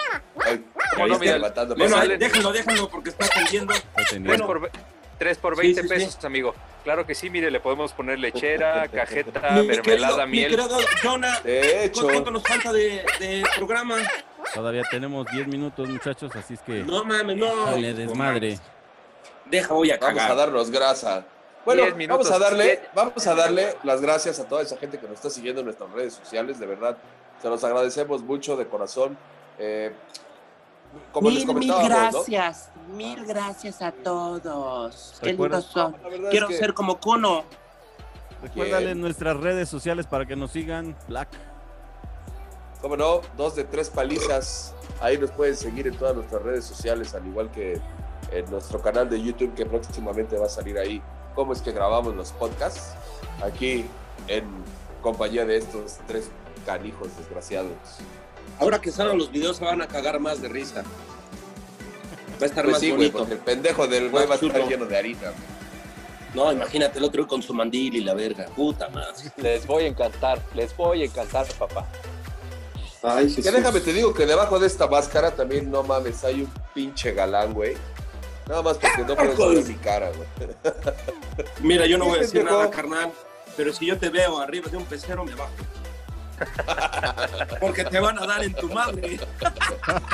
S4: Ay,
S3: ¿Cómo no,
S4: ahí
S3: mira?
S4: está matando.
S5: Bueno,
S3: sale-
S5: déjenlo, déjenlo, porque está atendiendo.
S2: Está teniendo.
S3: Tres por, ve- tres por
S5: Sí,
S3: 20
S5: sí, sí.
S3: pesos, amigo. Claro que sí, mire, le podemos poner lechera, cajeta,
S5: Mi
S3: Ah, mermelada,
S5: querido-
S3: miel.
S5: Mi querido Jonah,
S4: De hecho,
S5: ¿cuánto nos falta de, de programa?
S2: Todavía tenemos 10 minutos, muchachos, así es que
S5: No mames, no.
S2: dale desmadre.
S5: Deja, voy a
S4: vamos a
S5: cagar.
S4: darnos grasa. Bueno,
S3: Diez minutos.
S4: vamos a darle,
S3: Diez-
S4: vamos a darle las gracias a toda esa gente que nos está siguiendo en nuestras redes sociales, de verdad. Se los agradecemos mucho de corazón. Eh, como les
S10: mil, mil
S4: comentábamos,
S10: gracias. Mil gracias a todos. Qué
S2: Recuerda-
S10: lindos son.
S4: ¿no? La verdad
S10: Quiero
S4: es que-
S10: ser como Kuno.
S2: Recuérdale
S4: Bien.
S2: nuestras redes sociales para que nos sigan. Black.
S4: Cómo no, dos de tres palizas. Ahí nos pueden seguir en todas nuestras redes sociales, al igual que en nuestro canal de YouTube, que próximamente va a salir ahí. Cómo es que grabamos los podcasts aquí en compañía de estos tres canijos desgraciados.
S5: Ahora que salgan los videos se van a cagar más de risa. Va a estar
S4: Pues
S5: más
S4: sí, güey,
S5: bonito.
S4: porque el pendejo del güey va a estar
S5: chulo.
S4: lleno de harina. güey.
S5: No, imagínate el otro con su mandil y la verga. Puta madre.
S3: Les voy a encantar, les voy a encantar, papá.
S4: Que déjame te digo que debajo de esta máscara también, no mames, hay un pinche galán, güey. Nada más porque no puedes ver mi cara, güey.
S5: Mira, yo no voy a
S4: Sí,
S5: decir
S4: pendejo.
S5: nada, carnal. pero si yo te veo arriba de un pecero, me bajo. Porque te van a dar en tu madre.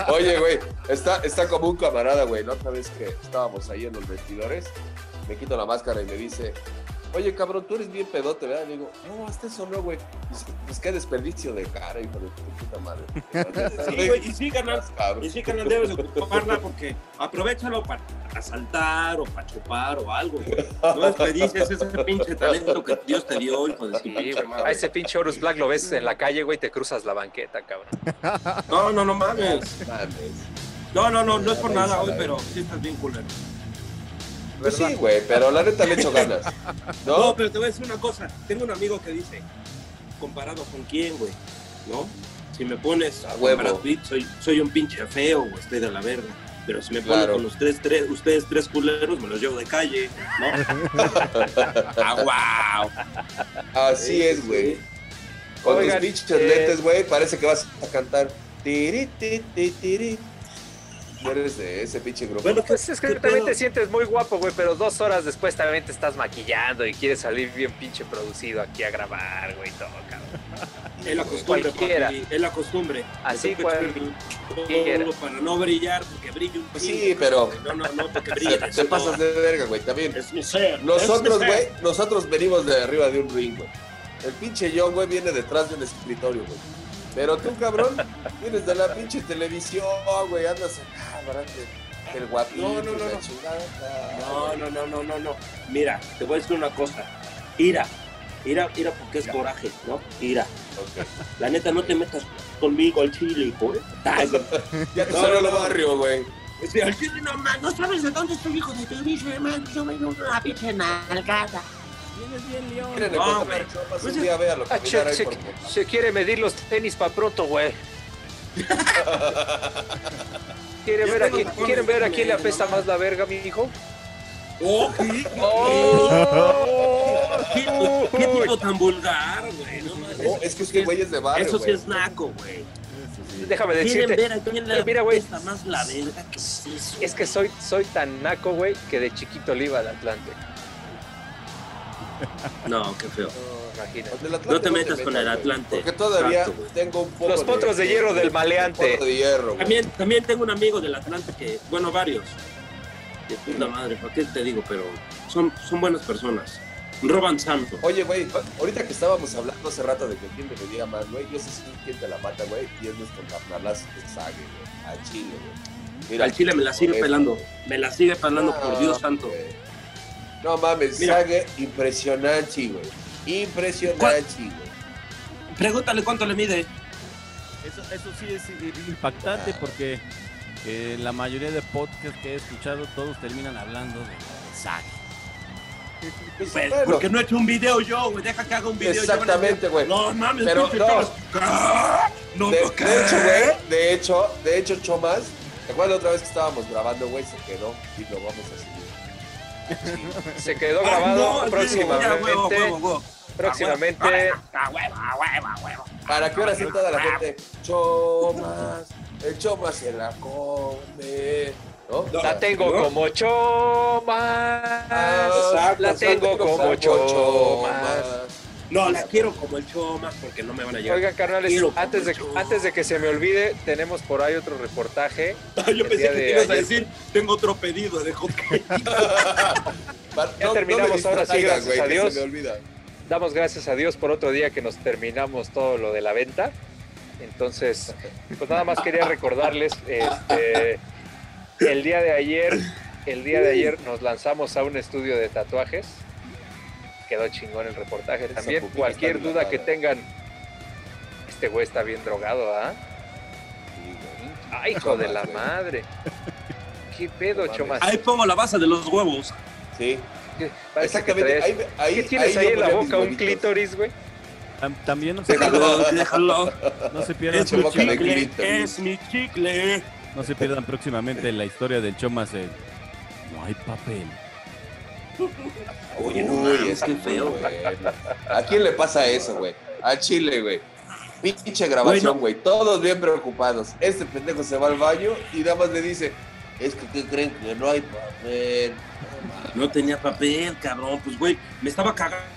S4: Oye, güey, está, está como un camarada, güey. La otra vez que estábamos ahí en los vestidores, me quito la máscara y me dice, oye, cabrón, tú eres bien pedote, ¿verdad? Y digo, no, este eso no, güey. Dice, Pues qué desperdicio de cara, hijo de tu puta madre.
S5: Sí, güey, y sí, carnal.
S4: Más cabrón.
S5: Y sí, carnal, debes ocuparla porque aprovechalo para asaltar o para chupar o algo, güey. No desperdicias ese pinche talento que Dios te dio, hijo de su
S3: Sí,
S5: pinche
S3: güey.
S5: madre.
S3: a ese pinche Horus Black lo ves en la calle, güey, te cruzas la banqueta, cabrón.
S5: No, no, no mames.
S4: Mames.
S5: No, no, no, no es por nada hoy, pero sí estás bien culero.
S4: Pues sí, güey, pero la neta le echo ganas.
S5: No,
S4: ¿No?
S5: pero te voy a decir una cosa. Tengo un amigo que dice, comparado con quién, güey, ¿no? Si me pones a
S4: A huevo.
S5: Brad Pitt, soy, soy un pinche feo, güey, estoy de la verga. Pero si me pones
S4: Claro.
S5: con ustedes tres, ustedes tres culeros, me los llevo de calle, ¿no? ¡Ah, wow!
S4: Así es, güey. Con
S3: Oigan,
S4: tus pinches
S3: eh,
S4: lentes, güey, parece que vas a cantar. Tiri, ti, ti, tiri. No eres de ese pinche grupo.
S5: Bueno,
S3: Pues es que
S5: ¿Qué
S3: también
S5: pedo?
S3: te sientes muy guapo, güey, pero dos horas después también te estás maquillando y quieres salir bien pinche producido aquí a grabar, güey, y todo, cabrón.
S5: Es la costumbre,
S3: Cualquiera.
S5: papi, es la costumbre.
S3: Así,
S5: Porque
S3: cual-
S5: todo
S3: quiera.
S5: Para no brillar, porque brillo un
S4: Pues sí,
S5: chingo,
S4: pero-
S5: güey. No, no, no, porque brilla.
S4: te pasas de verga, güey, también.
S5: Es mi ser.
S4: Nosotros,
S5: es mi ser.
S4: güey, nosotros venimos de arriba de un ring, güey. El pinche John, güey, viene detrás del escritorio, güey. Pero tú, cabrón, vienes de la pinche televisión, güey, andas acá, barante, el guapito,
S5: No, no, no,
S4: la
S5: no.
S4: chingada.
S5: No, no, no, no, no, no. Mira, te voy a decir una cosa. Ira. Ira, ira porque es coraje, ¿no? Ira.
S4: Ok.
S5: La neta, no te metas conmigo al chile, hijo. ¿eh? Ay,
S4: Ya te
S5: No,
S4: salió
S5: no,
S4: el
S5: no.
S4: barrio, güey.
S5: es que al chile-
S10: No, ma, no sabes de dónde estoy, hijo de tu bicho, hermano. Yo me doy una pinche nalgada.
S2: Vienes bien, León.
S4: Miren,
S5: No,
S4: no,
S5: güey. Pues
S4: un
S5: es-
S4: día, véalo,
S3: Ah,
S4: caminar
S3: che,
S4: ahí
S3: se,
S4: por...
S3: se quiere medir los tenis pa' pronto, güey. ¿Quieren
S5: Ya
S3: ver, a
S5: tengo
S3: quién,
S5: tacones,
S3: ¿Quieren ver a
S5: güey,
S3: quién le apesta
S5: mamá.
S3: más la verga, mi hijo?
S5: ¡Oh! ¿Qué,
S3: Oh.
S5: ¡Oh! qué- qué tipo tan vulgar, güey? No, mames.
S4: No, es que este güey es de barrio,
S5: Eso sí
S4: güey.
S5: es naco, güey.
S3: Déjame
S5: Quieren
S3: decirte,
S5: ver a quién le
S3: Eh, mira, güey.
S5: apesta más la verga que es eso.
S3: es que soy, soy tan naco, güey, que de chiquito le iba al Atlante.
S5: No, qué feo.
S3: Imagínate.
S4: Con el Atlante
S5: No te metas con el
S4: güey,
S5: Atlante.
S4: Porque todavía
S5: Exacto, güey.
S4: tengo un poco
S3: Los potros de hierro del maleante.
S4: Potro de hierro, güey.
S5: También, también tengo un amigo del Atlante que, bueno, varios. De puta madre, ¿para qué te digo? Pero son, son buenas personas. Roban santo.
S4: Oye, güey, ahorita que estábamos hablando hace rato de que quién le diga más, güey, yo sé sí quién te la mata, güey, y es nuestro carnalazo que sabe, güey, al chile, güey. Mira,
S5: Al Chile me la sigue
S4: por eso,
S5: pelando.
S4: güey.
S5: Me la sigue pelando, por
S4: Ah,
S5: Dios santo.
S4: güey. No mames,
S5: Mira.
S4: Sague, impresionante, güey. Impresionante, güey.
S5: Pregúntale cuánto le mide.
S2: Eso, eso sí es eh, impactante porque eh, la mayoría de podcasts que he escuchado, todos terminan hablando de, de Zack.
S4: Pues,
S5: Pues,
S4: bueno,
S5: porque no he hecho un video yo, güey. Deja que haga un video yo.
S4: Exactamente, güey.
S5: No mames,
S4: pues. Pero,
S5: pinche
S4: no.
S5: Chomas. Ah, No,
S4: de,
S5: no,
S4: de hecho, güey, de hecho, de hecho, Chomas, ¿te acuerdas la otra vez que estábamos grabando, güey? Se quedó y lo vamos a seguir.
S3: Se quedó
S5: Ah,
S3: grabado
S5: no, sí, ya,
S3: próximamente.
S5: huevo, huevo, Ah, huevo.
S3: Próximamente.
S4: Ah,
S10: A huevo, a huevo, a huevo.
S4: Para que ahora sí toda la gente, Chomas, el Chomas se la come, ¿no? O
S5: Ah,
S4: sea,
S3: La tengo
S5: ¿no?
S3: como
S5: Ah,
S3: chomas.
S4: exacto,
S3: la
S4: o sea,
S3: tengo como chomas.
S5: No, la quiero como el Chomas porque no me van a llegar.
S3: Oigan, carnales,
S5: Quiero como
S3: antes de,
S5: chomas.
S3: antes de que se me olvide, tenemos por ahí otro reportaje.
S5: Yo
S3: el
S5: pensé
S3: día
S5: que
S3: de
S5: te ibas a
S3: ayer.
S5: decir, tengo otro pedido de hot
S4: Va-
S3: Ya terminamos ahora sí,
S4: distraigas,
S3: gracias
S4: güey,
S3: a
S4: que
S3: Dios.
S4: Se me olvida.
S3: Damos gracias a Dios por otro día que nos terminamos todo lo de la venta. Entonces, pues nada más quería recordarles, este, el día de ayer, el día de ayer nos lanzamos a un estudio de tatuajes. Quedó chingón el reportaje.
S4: Esa
S3: También
S4: pupila
S3: cualquier
S4: está
S3: duda que
S4: dilatada.
S3: tengan, este güey está bien drogado, ¿ah?
S4: Sí, güey.
S3: Ay, hijo de
S4: Chomas,
S3: la
S4: güey.
S3: madre. ¿Qué
S4: No
S3: pedo,
S4: mames.
S3: Chomas?
S5: Ahí pongo la base de los huevos.
S4: Sí,
S3: ¿Qué- parece que
S4: exactamente.
S3: traes-
S4: Ahí, ahí,
S3: ¿Qué tienes
S4: yo
S3: ahí en la
S4: ponía mis
S3: boca? ¿Un
S4: huevitos.
S3: clítoris, güey?
S2: Tam- También no se,
S5: Déjalo, déjalo.
S2: no se pierdan,
S5: Es mi
S4: boca de
S5: chicle,
S4: grito.
S5: es mi chicle.
S2: no se pierdan próximamente la historia del Chomas. en no hay papel.
S5: Oye, no
S4: Uy,
S5: mames,
S4: es
S5: qué
S4: que feo,
S5: feo.
S4: güey. ¿A quién le pasa eso, güey? A Chile, güey. Pinche grabación, güey. Todos bien preocupados. Este pendejo se va al baño y nada más le dice, es que ¿qué creen que no hay papel? No
S5: No tenía papel, cabrón. Pues, güey, me estaba cagando.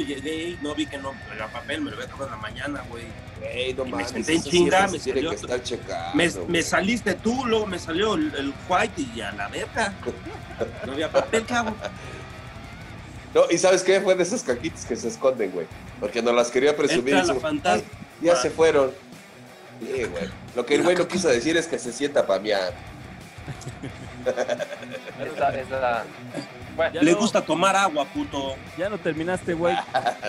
S5: Llegué y no vi que no era papel. Me lo había tomado en la mañana, güey.
S4: Güey, no
S5: me
S4: mames,
S5: senté en
S4: eso
S5: chinga,
S4: siempre
S5: me
S4: se tiene
S5: salió
S4: que
S5: otro-
S4: estar checando.
S5: Me,
S4: Ah, güey.
S5: me saliste tú, luego me salió el, el white y a la verga. No había papel, cabrón.
S4: No, y ¿sabes qué? Fue de esas caquitas que se esconden, güey. Porque no las quería presumir.
S5: Entra
S4: y
S5: la
S4: su-
S5: fantasma.
S4: Ya se fueron. Sí, güey. Lo que el güey no quiso decir es que se sienta pa' mear.
S3: Esa- esa-
S2: Ya
S5: Le
S2: no-
S5: gusta tomar agua, puto.
S2: Ya no terminaste, güey,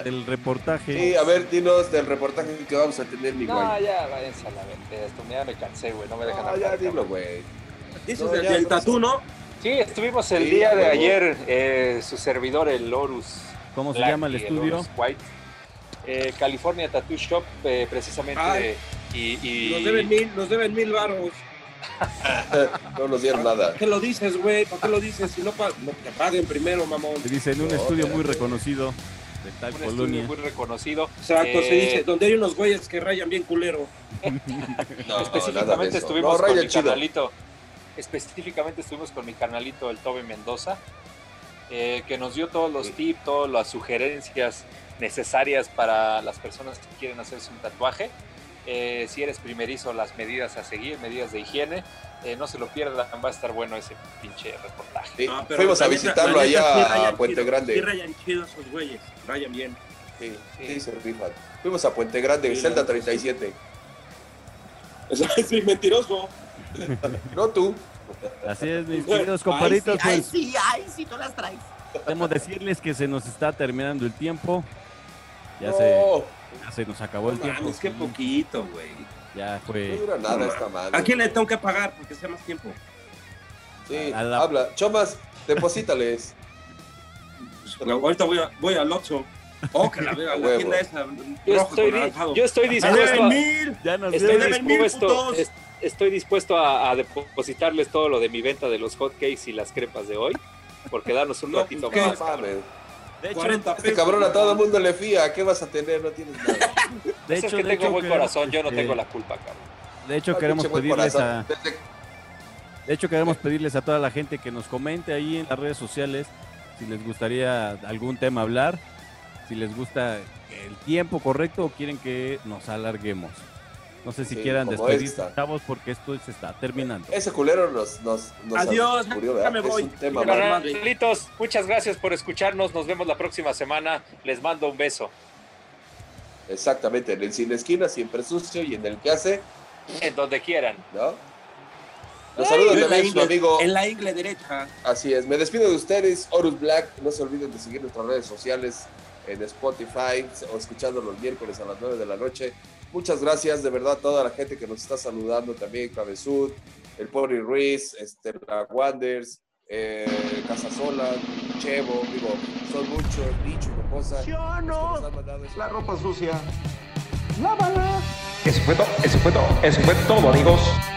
S2: del
S4: Sí,
S2: reportaje.
S4: a ver, dinos del reportaje que vamos a tener, mi güey.
S3: No, ya, váyanse a la verga. Esto ya me cansé, güey. No me dejan
S4: No,
S3: hablar.
S4: Ah, ya
S3: cabrón.
S4: dilo, güey.
S5: Dices
S4: No,
S5: del
S4: ya,
S5: del
S4: no
S5: tatú, ¿no?
S3: Sí, estuvimos el
S4: Sí,
S3: día de
S4: huevo.
S3: ayer, eh, su servidor, el Horus.
S2: ¿Cómo se
S3: Black
S2: llama el
S3: y
S2: estudio?
S3: Horus White. Eh, California Tattoo Shop, eh, precisamente.
S5: Ay.
S3: y, y-
S5: Nos deben mil, nos deben mil barros.
S4: No nos dieron nada.
S5: ¿Por qué lo dices, güey? ¿Por qué lo dices? Si no, pa- no te paguen primero, mamón.
S2: Se dice en un
S4: No,
S2: estudio muy
S4: espérate.
S2: reconocido de tal
S3: un
S2: colonia.
S3: estudio muy reconocido.
S5: Exacto, se
S3: Eh,
S5: dice. Donde hay unos güeyes que rayan bien culero.
S4: No, nada de
S3: específicamente
S4: eso.
S3: estuvimos
S4: No,
S3: con
S4: raya
S3: mi
S4: chido.
S3: carnalito. Específicamente estuvimos con mi carnalito, el Toby Mendoza, eh, que nos dio todos los tips, todas las sugerencias necesarias para las personas que quieren hacerse un tatuaje. Eh, si eres primerizo, las medidas a seguir, medidas de higiene. Eh, no se lo pierdan, va a estar bueno ese pinche reportaje.
S4: Sí,
S5: No, Ah, pero
S4: Eh, Fuimos a
S5: la neta-
S4: visitarlo
S5: la neta sí
S4: allá
S5: rayan
S4: a Puente
S5: chido, Sí
S4: Grande.
S5: rayan chido esos güeyes. Rayan bien.
S4: Sí,
S3: sí.
S4: sí, se rifan. Fuimos a Puente Grande,
S5: Sí,
S4: Zelda
S5: la-
S4: 37.
S5: Es mi mentiroso.
S4: No tú.
S2: Así es, mis
S5: Bueno,
S2: queridos
S10: Ay, sí,
S2: compadritos,
S10: ay,
S2: pues
S10: sí, ay, sí, tú las traes.
S2: podemos decirles que se nos está terminando el tiempo. Ya,
S4: no,
S2: se, ya se nos acabó el
S5: No
S2: tiempo.
S5: mames, qué poquito, güey.
S2: Ya
S4: no
S2: fue.
S4: dura nada esta madre.
S5: ¿A quién le tengo que pagar? Porque sea más tiempo.
S4: Sí,
S2: A la-
S4: habla. Chomas, deposítales.
S5: Pues, Ahorita voy, a- voy al Oxxo. Oh, que la veo, la
S4: Huevo.
S5: tienda esa.
S3: Yo estoy,
S5: roja con
S3: di-
S5: anaranjado.
S3: yo estoy
S5: ¡Me deben
S3: dispuesto a,
S5: mil!
S2: Ya nos
S3: Estoy
S5: dieron mil
S3: dispuesto,
S5: putos.
S3: es- estoy dispuesto a, a depositarles todo lo de mi venta de los hotcakes y las crepas de hoy, por quedarnos un
S5: No,
S3: ratito
S5: ¿qué?
S4: No
S3: más. cabrón.
S4: mames.
S2: De hecho,
S5: 40
S4: Este
S5: pesos.
S4: cabrón a todo el mundo le fía. ¿Qué vas a tener? No tienes nada.
S2: de
S3: Pues
S2: hecho,
S3: es
S2: de
S3: que tengo
S2: hecho,
S3: buen
S2: queremos,
S3: corazón, yo no
S2: este,
S3: tengo la culpa, cabrón.
S2: De hecho,
S4: Ah,
S2: queremos
S4: pinche buen
S2: pedirles
S4: corazón.
S2: a,
S4: Desde-
S2: de hecho, queremos pedirles a toda la gente que nos comente ahí en las redes sociales si les gustaría algún tema hablar, si les gusta el tiempo correcto o quieren que nos alarguemos. No sé si
S4: Sí,
S2: quieran
S4: como
S2: despedirse,
S4: esta.
S2: chavos, porque esto se está terminando.
S4: Ese culero nos. nos, nos
S5: Adiós,
S4: murió,
S5: ya
S4: ¿verdad?
S5: me
S4: Es
S5: voy.
S4: un tema,
S5: Ya me
S4: madre.
S5: voy.
S3: Carnalitos, muchas gracias por escucharnos. Nos vemos la próxima semana. Les mando un beso.
S4: Exactamente. En el sin esquina, siempre sucio. Y en el que hace,
S3: En donde quieran.
S4: ¿no? Los saludos
S5: En la
S4: también su
S5: ingle-
S4: amigo.
S5: En la ingle derecha.
S4: Así es. Me despido de ustedes, Horus Black. No se olviden de seguir nuestras redes sociales en Spotify o escuchando los miércoles a las 9 de la noche. Muchas gracias, de verdad, a toda la gente que nos está saludando también, Cabezud, el pobre Ruiz, este, la Wanders, eh, Casasola, Chevo, digo, son muchos, Nicho, Mocosa.
S11: La ropa sucia. Lávala. Eso fue todo, eso fue todo, eso fue todo, amigos.